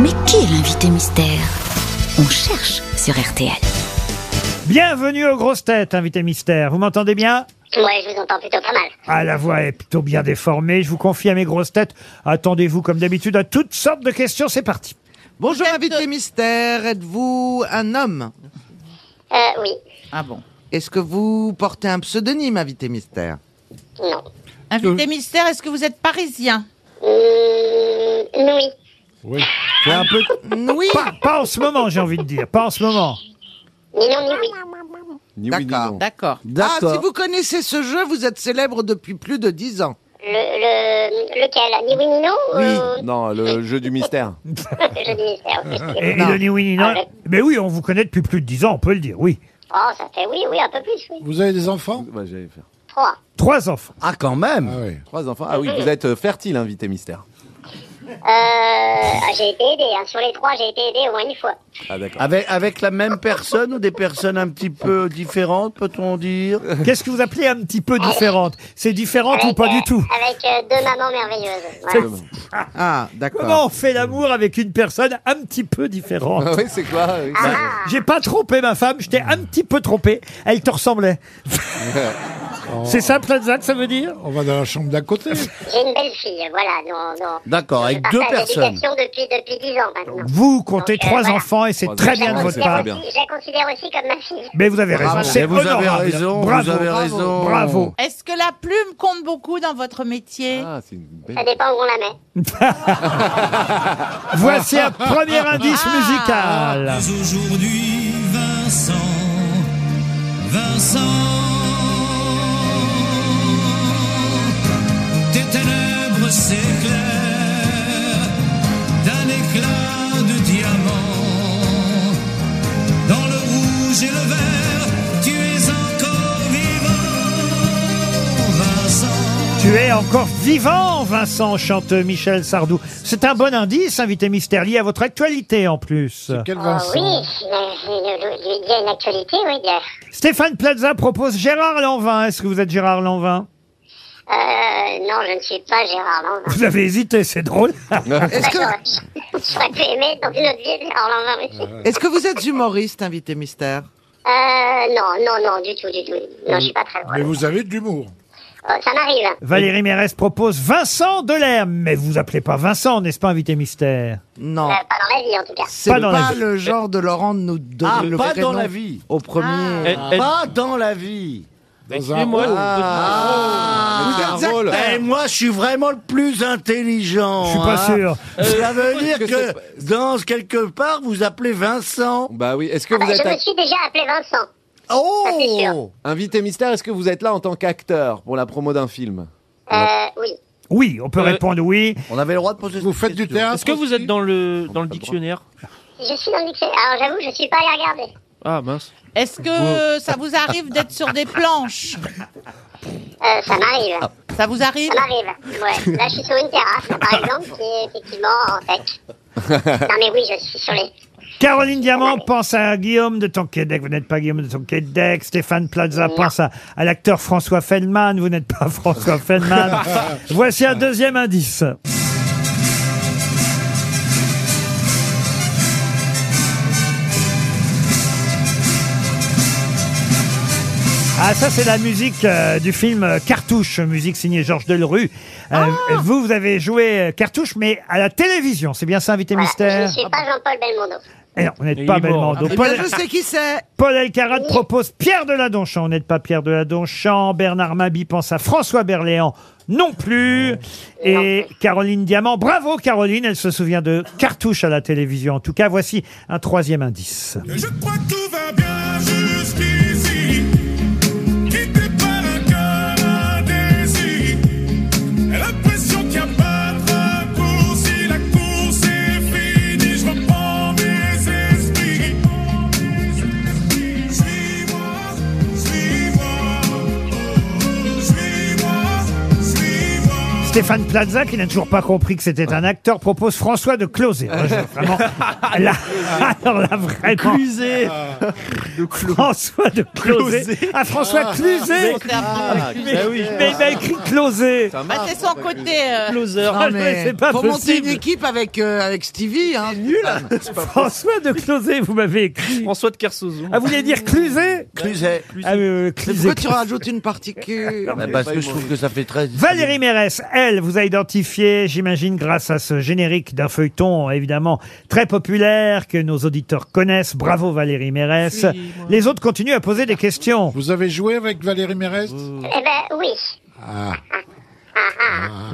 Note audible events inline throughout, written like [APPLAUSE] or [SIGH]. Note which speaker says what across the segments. Speaker 1: Mais qui est l'invité mystère On cherche sur RTL.
Speaker 2: Bienvenue aux grosses têtes, invité mystère. Vous m'entendez bien
Speaker 3: Ouais, je vous entends plutôt pas mal.
Speaker 2: Ah, la voix est plutôt bien déformée. Je vous confie à mes grosses têtes. Attendez-vous, comme d'habitude, à toutes sortes de questions. C'est parti.
Speaker 4: Bonjour invité mystère, êtes-vous un homme
Speaker 3: Euh, oui.
Speaker 5: Ah bon
Speaker 4: Est-ce que vous portez un pseudonyme invité mystère
Speaker 3: Non.
Speaker 5: Invité mystère, est-ce que vous êtes parisien
Speaker 3: Mmh, oui.
Speaker 2: un peu...
Speaker 4: Mm, Oui,
Speaker 2: pas, pas en ce moment, j'ai envie de dire. Pas en ce moment.
Speaker 3: Ni non, ni oui.
Speaker 4: d'accord.
Speaker 5: D'accord.
Speaker 4: Ah, si vous connaissez ce jeu, vous êtes célèbre depuis plus de 10 ans.
Speaker 3: Le, le, lequel Ni oui, ni non euh, [LAUGHS] ou...
Speaker 6: Non, le jeu du mystère. [LAUGHS]
Speaker 3: Je dis mystère, oui.
Speaker 2: Et, et de ni oui ni non. Ah,
Speaker 3: Arrête.
Speaker 2: Mais oui, on vous connaît depuis plus de dix ans, on peut le dire, oui.
Speaker 3: Oh, ça fait oui, oui, un peu plus, oui.
Speaker 7: Vous avez des enfants
Speaker 6: Ouais, j'allais faire.
Speaker 3: Trois.
Speaker 2: Trois [LAUGHS] enfants.
Speaker 4: Ah, quand même
Speaker 7: Ah oui.
Speaker 6: Trois enfants. Ah oui, vous êtes euh, fertile, invité mystère. [LAUGHS]
Speaker 3: Euh, ah, j'ai été aidé. hein. Sur les trois, j'ai été aidé au moins une fois.
Speaker 6: Ah d'accord.
Speaker 8: Avec, avec la même personne ou des personnes un petit peu différentes, peut-on dire
Speaker 2: Qu'est-ce que vous appelez un petit peu différente C'est différente ou pas
Speaker 3: euh,
Speaker 2: du tout
Speaker 3: Avec euh, deux mamans merveilleuses. Voilà.
Speaker 2: Comment
Speaker 4: Ah, d'accord.
Speaker 2: on fait l'amour avec une personne un petit peu différente [LAUGHS]
Speaker 6: Ah oui, c'est quoi oui.
Speaker 8: Ah.
Speaker 2: J'ai pas trompé ma femme, j'étais un petit peu trompé. Elle te [LAUGHS] ressemblait. C'est ça, Plaza, que ça veut dire
Speaker 7: On va dans la chambre d'à côté.
Speaker 3: J'ai une belle fille, voilà. Non, non.
Speaker 8: D'accord, avec deux personnes.
Speaker 3: l'éducation depuis, depuis dix ans maintenant.
Speaker 2: Vous comptez
Speaker 3: Donc, euh,
Speaker 2: trois
Speaker 3: voilà.
Speaker 2: enfants et c'est
Speaker 6: Trois
Speaker 2: très
Speaker 6: enfants,
Speaker 2: bien de
Speaker 6: ouais,
Speaker 2: votre
Speaker 6: c'est
Speaker 2: part.
Speaker 6: très bien.
Speaker 3: Je la considère aussi comme ma fille.
Speaker 2: Mais vous avez raison, c'est
Speaker 8: Et vous avez
Speaker 2: honorable.
Speaker 8: raison,
Speaker 2: bravo,
Speaker 8: vous avez
Speaker 2: bravo,
Speaker 8: raison.
Speaker 2: Bravo.
Speaker 5: Est-ce que la plume compte beaucoup dans votre métier
Speaker 6: Ah, c'est une belle...
Speaker 3: Ça dépend où on la met.
Speaker 8: [LAUGHS]
Speaker 2: Voici un premier indice musical.
Speaker 9: Aujourd'hui, Vincent, Vincent, tes ténèbres s'éclairent d'un éclat de diamant. Dans le rouge et le vert, tu es encore vivant, Vincent.
Speaker 2: Tu es encore vivant, Vincent, chante Michel Sardou. C'est un bon indice, invité mystère, lié à votre actualité en plus.
Speaker 7: Quel
Speaker 3: Oh, oui,
Speaker 7: Vincent
Speaker 3: il il y a une actualité, oui. il y a-
Speaker 2: Stéphane Plaza propose Gérard Lanvin. Est-ce que vous êtes Gérard Lanvin
Speaker 3: Euh, non, je ne suis pas Gérard Lanvin.
Speaker 2: Vous avez hésité, c'est
Speaker 8: [LAUGHS]
Speaker 2: drôle.
Speaker 4: Est-ce que,
Speaker 3: J'aurais [LAUGHS] pu aimer dans une autre vie Gérard Lanvin aussi.
Speaker 4: est-ce que vous êtes humoriste invité mystère
Speaker 3: Euh, non, non, non, du tout, du tout. Non, je suis pas très
Speaker 7: Mais
Speaker 3: drôle.
Speaker 7: vous avez de l'humour.
Speaker 3: Oh, ça m'arrive. hein.
Speaker 2: Valérie Mérès propose Vincent Delerme. Mais vous appelez pas Vincent, n'est-ce pas, invité mystère
Speaker 4: Non.
Speaker 3: Euh, pas dans ma vie, en tout cas.
Speaker 4: C'est
Speaker 2: Pas
Speaker 4: pas,
Speaker 2: dans la vie.
Speaker 4: le genre de Laurent de nous donner
Speaker 8: Ah,
Speaker 4: le
Speaker 8: pas
Speaker 4: prénom
Speaker 8: dans la vie.
Speaker 4: au
Speaker 5: Ah.
Speaker 4: premier.
Speaker 8: Pas dans la vie.
Speaker 7: Dans un rôle.
Speaker 6: Ah, c'est un rôle.
Speaker 8: Et moi, je suis vraiment le plus intelligent.
Speaker 2: Je suis pas
Speaker 8: hein.
Speaker 2: sûr.
Speaker 8: Cela veut dire
Speaker 6: Euh, que c'est pas-
Speaker 8: que dans quelque part, vous appelez Vincent.
Speaker 6: Bah oui, est-ce que
Speaker 3: Ah, bah,
Speaker 6: vous êtes
Speaker 3: je me
Speaker 6: ac-
Speaker 3: suis déjà appelé Vincent. c'est sûr.
Speaker 8: Oh
Speaker 6: invité mystère Est-ce que vous êtes là en tant qu'acteur pour la promo d'un film
Speaker 3: Euh, oui.
Speaker 2: Oui, on
Speaker 8: Euh,
Speaker 2: peut répondre oui.
Speaker 8: Ah. On avait le droit de poser
Speaker 7: Vous
Speaker 8: cette
Speaker 7: faites du
Speaker 8: question.
Speaker 7: théâtre
Speaker 10: Est-ce que vous êtes dans le, dans le
Speaker 6: pas le
Speaker 10: dictionnaire
Speaker 3: Je suis dans le lycée. Alors, j'avoue, je suis pas allé regarder.
Speaker 10: Ah mince.
Speaker 5: Est-ce que ça vous arrive d'être sur des planches
Speaker 3: Euh, ça m'arrive.
Speaker 5: Ça vous arrive
Speaker 3: Ça m'arrive. Ouais. Là, je suis sur une terrasse, par exemple, qui est effectivement en sec. Non, mais oui, je suis sur les.
Speaker 2: Caroline Diamant pense à Guillaume de Tonquédec. Vous n'êtes pas Guillaume de Tonquédec. Stéphane Plaza pense à, à l'acteur François Feldman. Vous n'êtes pas [LAUGHS] François Feldman. Voici un deuxième indice. Ah, ça, c'est la musique euh, du film euh, Cartouche, musique signée Georges Delru. Euh, Vous, vous avez joué euh, Cartouche, mais à la télévision. C'est bien ça, invité
Speaker 3: Voilà. Je ne
Speaker 2: mystère
Speaker 3: suis pas Jean-Paul Belmondo.
Speaker 2: Eh non, vous n'êtes
Speaker 10: Et
Speaker 2: pas
Speaker 10: il est mort.
Speaker 2: Belmondo.
Speaker 4: Eh
Speaker 2: Paul,
Speaker 4: bien, je sais qui c'est.
Speaker 2: Paul Elkarat propose Pierre de Deladonchamp. Vous n'êtes pas Pierre de Deladonchamp. Bernard Mabi pense à François Berléand. Non plus. Et Caroline Diamant. Bravo, Caroline. Elle se souvient de Cartouche à la télévision. En tout cas, voici un troisième indice.
Speaker 9: Je crois que tout va bien jusqu'ici. Quittez pas la canadaisie. L'impression qu'il n'y a pas de raccourci. La course est finie. Je reprends mes esprits. Suis-moi, suis-moi. Oh, oh, suis-moi, suis-moi.
Speaker 2: Stéphane Plaza, qui n'a toujours pas compris que c'était un acteur, propose François de Closet. Ouais,
Speaker 10: [LAUGHS]
Speaker 2: je- vraiment, là, [LAUGHS] alors là, vraiment,
Speaker 8: Clusé
Speaker 2: François de Closet.
Speaker 8: Closet.
Speaker 2: Ah, François Cluzet Mais
Speaker 10: Ah
Speaker 8: bah oui.
Speaker 2: mais il m'a écrit Closet
Speaker 5: Bah, c'est son côté. euh,
Speaker 8: Closer.
Speaker 2: Ah, [LAUGHS] mais c'est pas
Speaker 4: Faut monter une
Speaker 2: possible
Speaker 4: équipe avec, euh, avec Stevie. Hein.
Speaker 2: François de Closet, vous m'avez écrit.
Speaker 10: François de Kersouzou.
Speaker 2: Ah, vous voulez dire Cluzet
Speaker 8: Cluzet.
Speaker 2: Ah, euh, Cluzet.
Speaker 4: Pourquoi tu rajoutes
Speaker 10: [LAUGHS]
Speaker 4: une particule
Speaker 8: Bah, parce que je trouve que ça fait très...
Speaker 2: Valérie Mérès, elle, vous a identifié, j'imagine, grâce à ce générique d'un feuilleton, évidemment, très populaire, que nos auditeurs connaissent. Bravo Valérie Mérès.
Speaker 5: Oui, moi.
Speaker 2: Les autres continuent à poser des questions.
Speaker 7: Vous avez joué avec Valérie Mérès
Speaker 2: Mmh.
Speaker 3: Eh ben oui.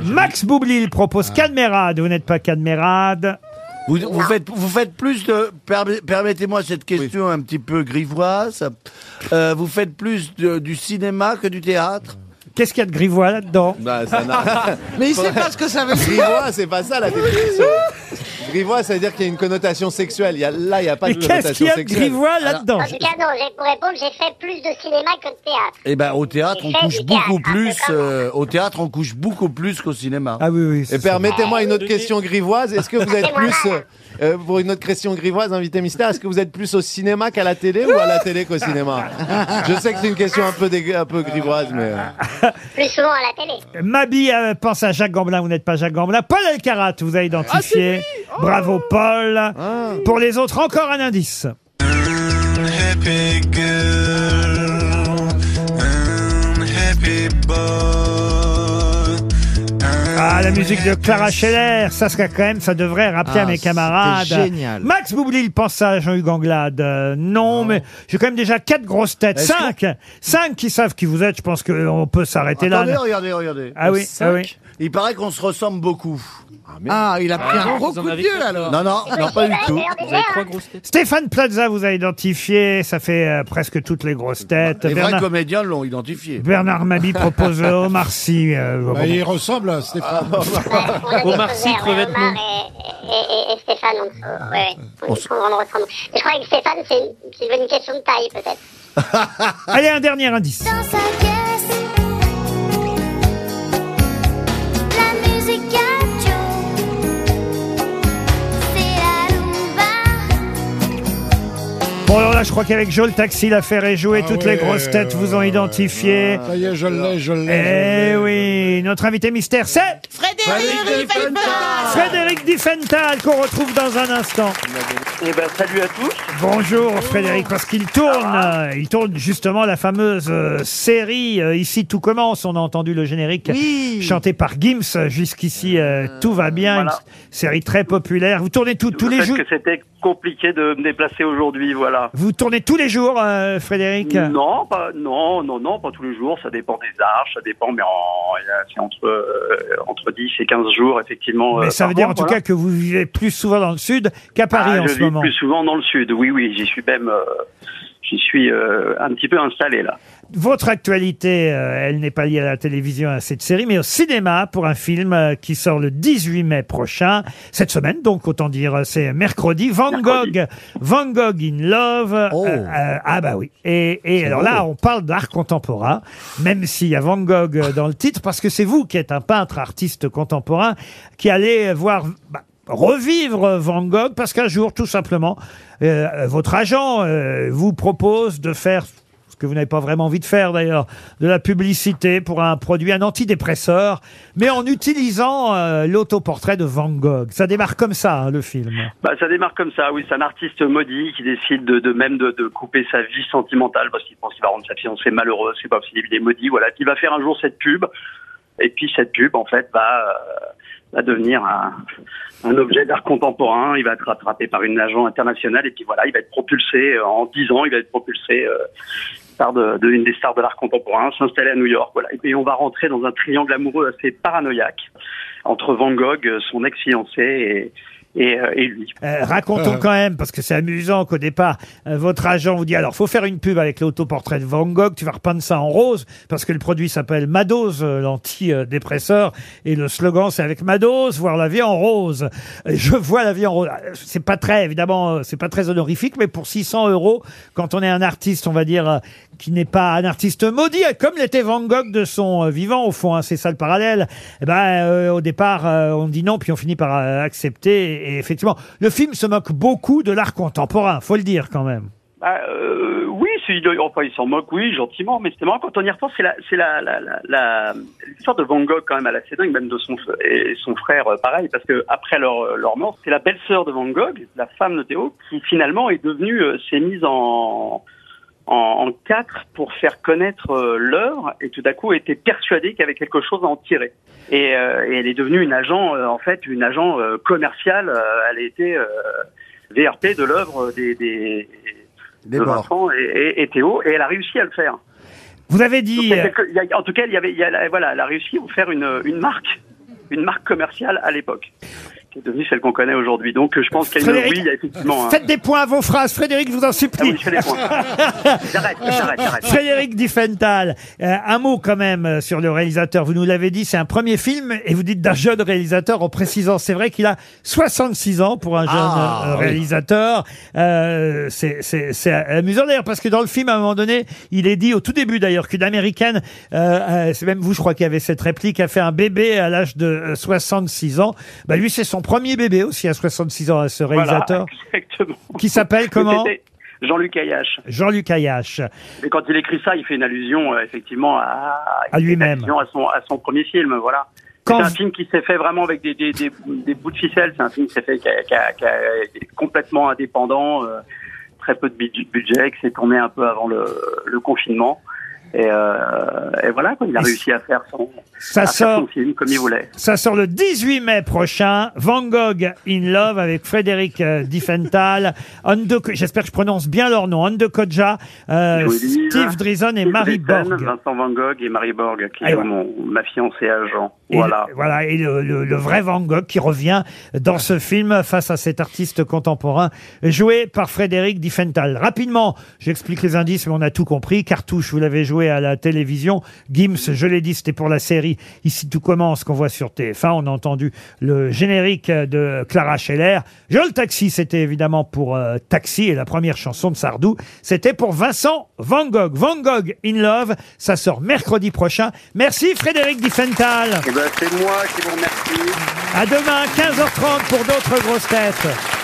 Speaker 2: Max Boublil propose Cadmerade. Vous n'êtes pas Cadmerade.
Speaker 8: Vous, vous faites, vous faites plus de... perm- Permettez-moi cette question un petit peu grivoise. Euh, vous faites plus de- du cinéma que du théâtre
Speaker 2: Qu'est-ce qu'il y a de grivois là-dedans
Speaker 6: Bah,
Speaker 8: [LAUGHS]
Speaker 6: ça n'a-
Speaker 4: Mais il sait pas ce que ça veut dire.
Speaker 6: Grivois, c'est pas ça la définition. Grivois, ça veut dire qu'il y a une connotation sexuelle. Il y a- là, il n'y a pas
Speaker 2: Mais
Speaker 6: de
Speaker 2: qu'est-ce
Speaker 6: connotation
Speaker 2: qu'il y a de
Speaker 6: sexuelle.
Speaker 2: grivois là-dedans
Speaker 3: En tout cas, non, j'ai- pour répondre, j'ai fait plus de cinéma que de théâtre.
Speaker 8: Eh ben, au théâtre, on
Speaker 3: J'ai fait
Speaker 8: couche
Speaker 3: du théâtre,
Speaker 8: beaucoup
Speaker 3: hein,
Speaker 8: plus.
Speaker 3: c'est pas
Speaker 8: euh, au théâtre, on couche beaucoup plus qu'au cinéma.
Speaker 2: Ah oui, oui.
Speaker 6: Et
Speaker 2: c'est ça.
Speaker 6: Euh, permettez-moi une autre question grivoise. Est-ce que vous êtes
Speaker 3: Et voilà.
Speaker 6: plus, euh, euh, pour une autre question grivoise, invité mystère, est-ce que vous êtes plus au cinéma qu'à la télé ou à la télé qu'au cinéma Je sais que c'est une question un peu, dégue- un peu grivoise, mais. euh,
Speaker 3: Plus souvent à la télé.
Speaker 2: Mabi euh, pense à Jacques Gamblin, vous n'êtes pas Jacques Gamblin. Paul Elkarat vous a identifié. Bravo Paul. Pour les autres, encore un indice.
Speaker 11: happy girl, happy boy.
Speaker 2: Ah, la musique de Clara Scheller, ça serait quand même, ça devrait rappeler à mes camarades.
Speaker 4: génial.
Speaker 2: Max Boublil pense à Jean-Hugues Anglade. Euh, non, mais j'ai quand même déjà quatre grosses têtes. Cinq. Cinq qui savent qui vous êtes. Je pense qu'on peut s'arrêter là.
Speaker 8: Attendez, regardez, regardez.
Speaker 2: Ah oui, ah oui.
Speaker 8: Il paraît qu'on se ressemble beaucoup.
Speaker 4: Ah, il a pris
Speaker 10: Ah,
Speaker 4: un gros
Speaker 10: vous en
Speaker 4: coup de
Speaker 10: avez
Speaker 4: vieux
Speaker 10: compris.
Speaker 4: alors.
Speaker 8: Non, non, non, pas du tout.
Speaker 10: Vous avez
Speaker 3: hein,
Speaker 10: trois grosses têtes.
Speaker 2: Stéphane Plaza vous a identifié. Ça fait euh, presque toutes les grosses têtes.
Speaker 8: Les vrais
Speaker 2: Bernard,
Speaker 8: comédiens l'ont identifié.
Speaker 2: Bernard Mabi propose Omar Sy. euh, bon.
Speaker 7: Bah, Il ressemble à Stéphane.
Speaker 2: Ah,
Speaker 10: Omar Sy, crevette
Speaker 3: Omar et, et, et- et Stéphane, on, euh, ouais, ouais,
Speaker 8: Ah,
Speaker 3: on, on, on ressemble. Je crois que Stéphane, c'est une, c'est une question de taille, peut-être.
Speaker 2: Allez, un dernier indice.
Speaker 1: Dans sa pièce, la musique à Joe, c'est la rumba.
Speaker 2: Bon, alors là, je crois qu'avec Joe le taxi, l'affaire est jouée.
Speaker 7: Ah
Speaker 2: toutes les
Speaker 7: ouais, Ah
Speaker 2: grosses têtes vous ont
Speaker 7: ouais,
Speaker 2: identifié.
Speaker 7: Ça y est, je l'ai, je l'ai.
Speaker 2: Eh
Speaker 7: je l'ai.
Speaker 2: oui, notre invité mystère, c'est
Speaker 5: Frédéric Riffenbach
Speaker 2: Frédéric Diffental qu'on retrouve dans un instant.
Speaker 9: Eh ben, salut à tous.
Speaker 2: Bonjour Frédéric, parce qu'il tourne, euh, il tourne justement la fameuse euh, série euh, Ici tout commence. On a entendu le générique chanté par Gims. Jusqu'ici euh, tout va bien.
Speaker 9: Voilà.
Speaker 2: Une série très populaire. Vous tournez tout- tous
Speaker 9: Le
Speaker 2: les
Speaker 9: fait
Speaker 2: jours.
Speaker 9: que c'était compliqué de me déplacer aujourd'hui, voilà.
Speaker 2: Vous tournez tous les jours, euh, Frédéric.
Speaker 9: Non, pas, non, non, non, pas tous les jours. Ça dépend des arches, ça dépend, mais en- il y a- c'est entre, euh, entre 10 et 15 jours, effectivement.
Speaker 2: Mais
Speaker 9: euh,
Speaker 2: ça
Speaker 9: par
Speaker 2: veut dire
Speaker 9: mois,
Speaker 2: en tout
Speaker 9: voilà.
Speaker 2: cas que vous vivez plus souvent dans le sud qu'à Paris
Speaker 9: Ah,
Speaker 2: en
Speaker 9: je
Speaker 2: ce
Speaker 9: vis
Speaker 2: moment.
Speaker 9: plus souvent dans le sud, oui, oui. J'y suis même, euh, j'y suis euh, un petit peu installé, là.
Speaker 2: Votre actualité, euh, elle n'est pas liée à la télévision, à cette série, mais au cinéma pour un film euh, qui sort le 18 mai prochain, cette semaine donc, autant dire, euh, c'est mercredi, Van
Speaker 9: Mercredi.
Speaker 2: Gogh, Van Gogh in Love. euh,
Speaker 8: Oh.
Speaker 2: euh, ah bah oui. Et, et alors là, on parle d'art contemporain, même s'il y a Van Gogh euh, dans le titre, parce que c'est vous qui êtes un peintre, artiste contemporain, qui allez voir... bah, Revivre Van Gogh parce qu'un jour, tout simplement, euh, votre agent euh, vous propose de faire ce que vous n'avez pas vraiment envie de faire d'ailleurs, de la publicité pour un produit, un antidépresseur, mais en utilisant euh, l'autoportrait de Van Gogh. Ça démarre comme ça, hein, le film.
Speaker 9: Bah, ça démarre comme ça, oui. C'est un artiste maudit qui décide de, de même de, de couper sa vie sentimentale parce qu'il pense qu'il va rendre sa fiancée malheureuse, c'est pas possible, il est maudit, voilà. Puis il va faire un jour cette pub, et puis cette pub, en fait, va, euh, va devenir un, un objet d'art contemporain. Il va être rattrapé par une agent internationale, et puis voilà, il va être propulsé, euh, en 10 ans, il va être propulsé euh, par de, de- une des stars de l'art contemporain, s'installer à New York, voilà. Et puis on va rentrer dans un triangle amoureux assez paranoïaque entre Van Gogh, son euh, ex-fiancé et et, euh, et lui.
Speaker 2: Euh, racontons quand même, parce que c'est amusant qu'au départ, euh, votre agent vous dit alors, faut faire une pub avec l'autoportrait de Van Gogh, tu vas repeindre ça en rose, parce que le produit s'appelle ma dose, euh, l'antidépresseur, et le slogan c'est avec ma dose, voir la vie en rose. Et je vois la vie en rose. Euh, C'est pas très, évidemment, euh, c'est pas très honorifique, mais pour 600 euros, quand on est un artiste, on va dire, euh, qui n'est pas un artiste maudit, comme l'était Van Gogh de son euh, vivant, au fond, hein, c'est ça le parallèle. Eh ben, euh, au départ, euh, on dit non, puis on finit par euh, accepter. Et, et effectivement, le film se moque beaucoup de l'art contemporain, faut le dire quand même.
Speaker 9: Bah, euh, oui, c'est- il- enfin, il s'en moque, oui, gentiment, mais c'est marrant quand on y repense, c'est la, c'est la, la, la- la- l'histoire de Van Gogh quand même, elle est assez dingue, même de son f- et son frère, euh, pareil, parce que après leur, euh, leur mort, c'est la belle-sœur de Van Gogh, la femme de Théo, qui finalement est devenue, euh, s'est mise en, en, en quatre pour faire connaître euh, l'œuvre, et tout à coup était persuadée qu'il y avait quelque chose à en tirer. Et, euh, et elle est devenue une agent, euh, en fait, une agent euh, commerciale. euh, elle était euh, VRP de l'œuvre euh, des, des de Vincent et, et- et Théo, et elle a réussi à le faire.
Speaker 2: Vous avez
Speaker 9: Donc,
Speaker 2: dit.
Speaker 9: il y a
Speaker 2: euh,
Speaker 9: quelque- il y a- en tout cas, il y avait, il y a- voilà, elle a réussi à vous faire une, une marque, une marque commerciale à l'époque, qui est devenue celle qu'on connaît aujourd'hui. Donc, je pense qu'elle
Speaker 2: Frédéric,
Speaker 9: oui, il y a effectivement. un-
Speaker 2: euh, Faites des points à vos phrases, Frédéric, je vous en
Speaker 9: Ah
Speaker 2: supplie.
Speaker 9: oui, je fais des points. J'arrête, j'arrête, j'arrête.
Speaker 2: Frédéric Diffenthal, euh, un mot quand même euh, sur le réalisateur. Vous nous l'avez dit, c'est un premier film et vous dites d'un jeune réalisateur en précisant. C'est vrai qu'il a 66 ans pour un jeune
Speaker 12: Ah,
Speaker 2: euh,
Speaker 12: oui.
Speaker 2: réalisateur. Euh, c'est- c'est c'est amusant d'ailleurs parce que dans le film, à un moment donné, il est dit au tout début d'ailleurs qu'une américaine, euh, euh, c'est même vous, je crois, qui avait cette réplique, a fait un bébé à l'âge de euh, 66 ans. Bah, lui, c'est son premier bébé aussi à 66 ans, hein, ce
Speaker 9: Voilà, [LAUGHS]
Speaker 2: réalisateur.
Speaker 9: exactement.
Speaker 2: Qui s'appelle comment
Speaker 9: C'était Jean-Luc Ayache.
Speaker 2: Jean-Luc Ayache.
Speaker 9: Et quand il écrit ça, il fait une allusion euh, effectivement à,
Speaker 2: À lui-même.
Speaker 9: une allusion à son, à son premier film, voilà.
Speaker 2: Quand
Speaker 9: C'est un
Speaker 2: vous-
Speaker 9: film qui s'est fait vraiment avec des, des, des, des bouts de ficelle. C'est un film qui s'est fait qui a- qui a- qui a- qui est complètement indépendant, euh, très peu de budget- budget, qui s'est tourné un peu avant le, le confinement. Et, euh, et voilà, quoi, il a réussi à faire son,
Speaker 2: Ça
Speaker 9: à faire
Speaker 2: sort-
Speaker 9: son film comme il voulait.
Speaker 2: Ça sort le 18 mai prochain. Van Gogh in Love avec Frédéric euh, Diffenthal. Ando- J'espère que je prononce bien leur nom. Ande Koja, euh,
Speaker 9: Joe Elise,
Speaker 2: Steve Drison et
Speaker 9: Steve
Speaker 2: Marie
Speaker 9: Dritten,
Speaker 2: Borg.
Speaker 9: Vincent Van Gogh et Marie Borg, qui
Speaker 2: Ah,
Speaker 9: est
Speaker 2: voilà.
Speaker 9: mon, ma fiancée agent.
Speaker 2: Et
Speaker 9: Voilà.
Speaker 2: le- voilà, et le, le- le vrai Van Gogh qui revient dans ce film face à cet artiste contemporain joué par Frédéric Diffenthal. Rapidement, j'explique les indices, mais on a tout compris. Cartouche, vous l'avez joué à la télévision. Gims, je l'ai dit, c'était pour la série Ici tout commence qu'on voit sur TF1. On a entendu le générique de Clara Scheller. Jean le taxi, c'était évidemment pour euh, Taxi et la première chanson de Sardou, c'était pour Vincent Van Gogh. Van Gogh in Love, ça sort mercredi prochain. Merci Frédéric Diffenthal.
Speaker 9: Eh ben, c'est moi qui vous remercie.
Speaker 2: À demain, 15h30 pour d'autres grosses têtes.